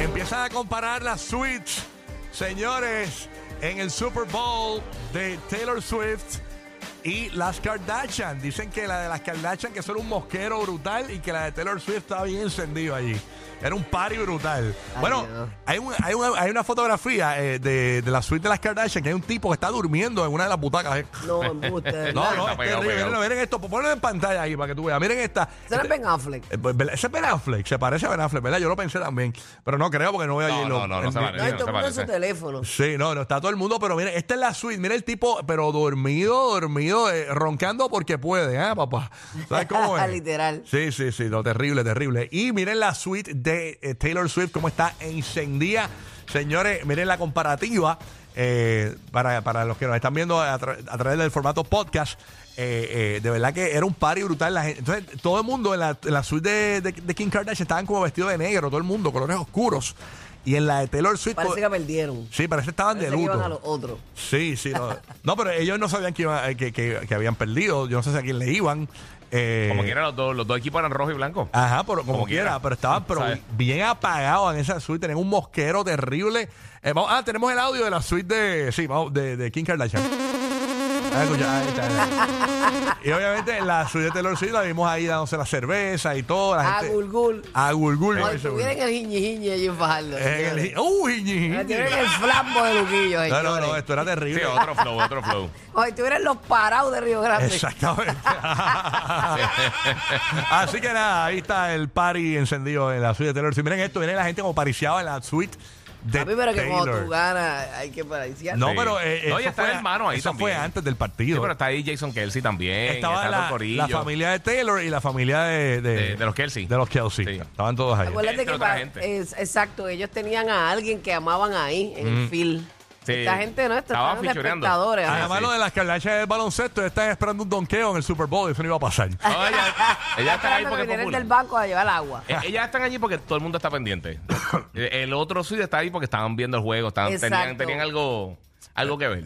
Empiezan a comparar la Switch, señores, en el Super Bowl de Taylor Swift y las Kardashian. Dicen que la de las Kardashian que son un mosquero brutal y que la de Taylor Swift estaba bien encendido allí. Era un party brutal. Ay, bueno, Dios. hay, un- hay una, hay una fotografía eh, de, de la suite de las Kardashian que hay un tipo que está durmiendo en una de las butacas. eh. No, embuste, ¿verdad? No, no, Está es pegado, terrible. pegado. Miren, miren esto, ponlo en pantalla ahí para que tú veas. Miren esta. Será Ben Affleck. Eh, pues, ¿verdad? Ese es Ben Affleck, se parece a Ben Affleck, ¿verdad? Yo lo pensé también, pero no creo porque no voy a No, ir no, lo- no, no el- se No, parece. hay todo el mundo en su parece. teléfono. Sí, no, no está todo el mundo, pero mire, esta es la suite, mira el tipo, pero dormido, dormido, eh, roncando porque puede, ¿eh, papá? ¿Sabes cómo es? Literal. Sí, sí, sí, no, terrible, terrible. Y miren la suite de eh, Taylor Swift, cómo está encendida. Señores, miren la comparativa. eh, para, para los que nos están viendo a, tra- a través del formato podcast, eh, eh, de verdad que era un party brutal. La gente- entonces, todo el mundo en la, en la suite de, de, de Kim Kardashian estaban como vestidos de negro, todo el mundo, colores oscuros. Y en la de Taylor Swift. Parece todo- que perdieron. Sí, parece que estaban Parece de que luto. iban a los otros. Sí, sí. No, No, pero ellos no sabían que, iba- eh, que, que- que habían perdido. Yo no sé si a quién le iban. eh, Ah, Como quiera, los dos, los dos equipos eran rojo y blanco. Ajá, pero como, Como quiera, quiera. pero estaban pero ¿Sabes? bien apagados en esa suite. Tenían un mosquero terrible. Eh, vamos- ah, tenemos el audio de la suite de. Sí, vamos, de, de Kim Kardashian. Ah, escucha, ahí está, ahí. Y obviamente la suite de Taylor Swift la vimos ahí dándose la cerveza y todo. La A gente, Ah, Gulgul. a Gulgul. Como ¿no? si estuviera en el jiñi jiñi allí en Fajardo. En el- señores. ¡Uy, ñi, ñi! Como si estuviera en el flambo de Luquillo, No, este- no, no, señores. esto era Sí, terrible. otro flow, otro flow. Como si estuviera en los parados de Río Grande. Exactamente. Así que nada, ahí está el party encendido en la suite de Taylor. Si miren esto, viene la gente como pariciaba en la suite de A mí, pero que cuando Taylor. tú ganas, hay que pariciar. no, Sí. pero eh, No, y eso está fue, el hermano ahí eso fue también. antes del Sí, partido. pero está ahí Jason Kelsey también. Estaba está todo el la, corillo. la familia de Taylor y la familia de, de, De- de los Kelsey. de los Kelsey. Sí. Estaban todos ahí. Acuérdate Entre que otra pa- gente. es- exacto, ellos tenían a alguien que amaban ahí en Mm. el field. Sí. Esta gente no, estos Estaba estaban de fichureando. espectadores. Ah, ajá. Además, sí. lo de las carlachas del baloncesto, están esperando un donqueo en el Super Bowl y eso no iba a pasar. No, ella, ella está ahí Esperando porque que es vienen popular. del banco a llevar agua. Eh, Ellas están allí porque todo el mundo está pendiente. Eh, El otro suyo está ahí porque estaban viendo el juego, estaban, Exacto. tenían, tenían algo, algo que ver.